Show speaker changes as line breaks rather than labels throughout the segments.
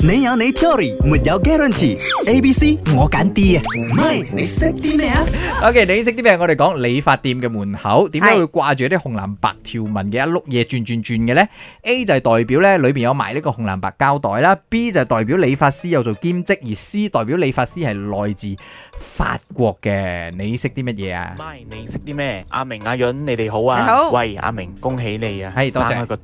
你有你 theory，沒有 guarantee。A、B、C 我揀 D 啊，唔係你識啲咩啊？
OK，你識啲咩？我哋講理髮店嘅門口點解會掛住啲紅藍白條紋嘅一碌嘢轉轉轉嘅咧？A 就係代表咧裏邊有埋呢個紅藍白膠袋啦，B 就係代表理髮師有做兼職，而 C 代表理髮師係來自法國嘅。你識啲乜嘢啊？
咪你識啲咩？阿明阿潤，你哋好啊！
你好
喂，阿明，恭喜你啊！
係多謝
生咗個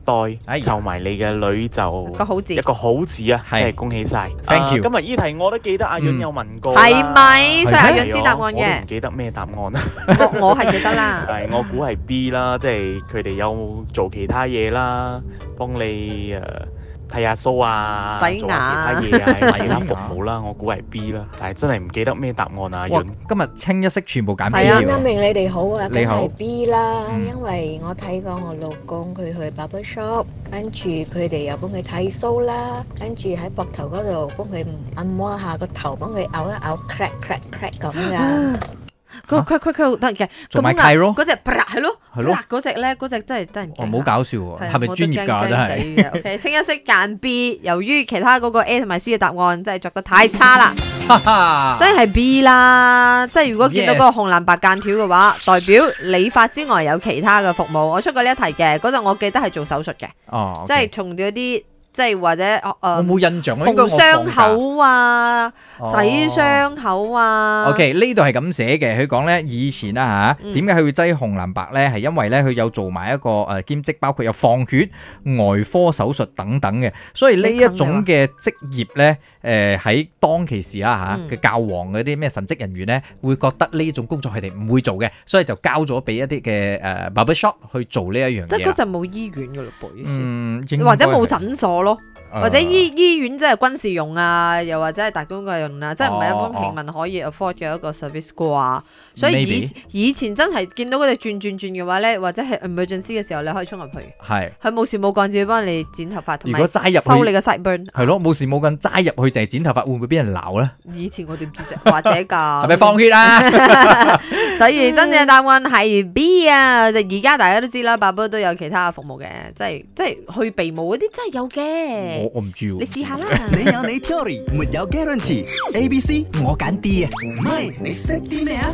哎
袋，湊埋你嘅女就
個好字
一個好字啊！
係
真係恭喜晒 À,
Thank
啊
you Ừ.
今日依題我都記得阿
嗯
潤有問過啦，
係咪？
係
所以阿
咩
潤知答案
我都
嘅
唔，記得咩答案啦。
我我係記 得啦。
但係我估係 B 啦，即係佢哋有做其他嘢啦，幫你誒剃下鬚啊，
洗
做
牙
下
啊
其他嘢啊，
洗
其他
牙
服務啦，我估係 B 啦，但係真係唔記得咩答案啊，阿
哇
潤。！
今日清一色全部揀 B
係啊
阿
喎。
明你哋好啊，梗
你好
係 B 啦，
嗯
因為我睇過我老公佢去 barber shop，跟住佢哋又幫佢剃須啦，跟住喺膊頭嗰度幫佢按摩下個頭，幫佢咬一咬 crack crack crack 咁噶。
啊佢佢佢佢好得嘅，
做埋
咁啊
Cairo？
嗰只啪係咯，
係咯
啪嗰只咧，嗰只真係真係啊
哦，唔好搞笑喎，係咪專業㗎？真係。
係。O K，清一色揀 B，由於其他嗰個 A 同埋 C 嘅答案真係作得太 差啦，
哈哈
當然係 B 啦。即係如果見到
啊 Yes
嗰個紅藍白間條嘅話，代表理髮之外有其他嘅服務。我出過呢一題嘅，嗰陣我記得係做手術嘅，
哦，OK，
即係從咗啲即係或者
我
誒
冇印象，我應該
縫
我
傷
放哦
口啊。
假
洗
哦
傷口啊。
O.K. 呢度係咁寫嘅，佢講呢，以前啦吓，
嗯
點解佢會擠紅藍白呢？係因為呢，佢有做埋一個誒兼職，包括有放血、外科手術等等嘅，所以呢一種嘅職業呢，誒喺當其時啦
嗯
吓嘅教皇嗰啲咩神職人員呢，會覺得呢種工作佢哋唔會做嘅，所以就交咗俾一啲嘅誒 barber shop 去做呢一樣
即係
嘢
嗰
啦。
陣冇醫院噶咯噃，以前
嗯，啊應該
或者
係
冇診所咯，
誒
或者醫醫院即係軍事用啊，又或者係特工嘅用啊，即係唔係一
哦
般平民可以 afford 嘅一個 service 啩。所以
Maybe
以以前真係見到佢哋轉轉轉嘅話咧，或者係 emergency 嘅時候，你可以衝入去，
係。
佢冇事冇幹只會幫你剪頭髮同埋
如果齋入去
收你嘅 side burn。
係咯，冇事冇緊，齋入去就係剪頭髮，會唔會俾人鬧呢？
以前我哋唔 知啫，或者㗎。
係咪放 血啊？
所以真正嘅答案係 B 啊！而家大家都知啦，百寶都有其他服務嘅，即係即係去鼻毛嗰啲真係有
我
嘅，
我唔知喎。
你試下啦。
你有你 theory，沒有 guarantee。A、B、C 我揀 D 啊，唔係你識啲咩啊？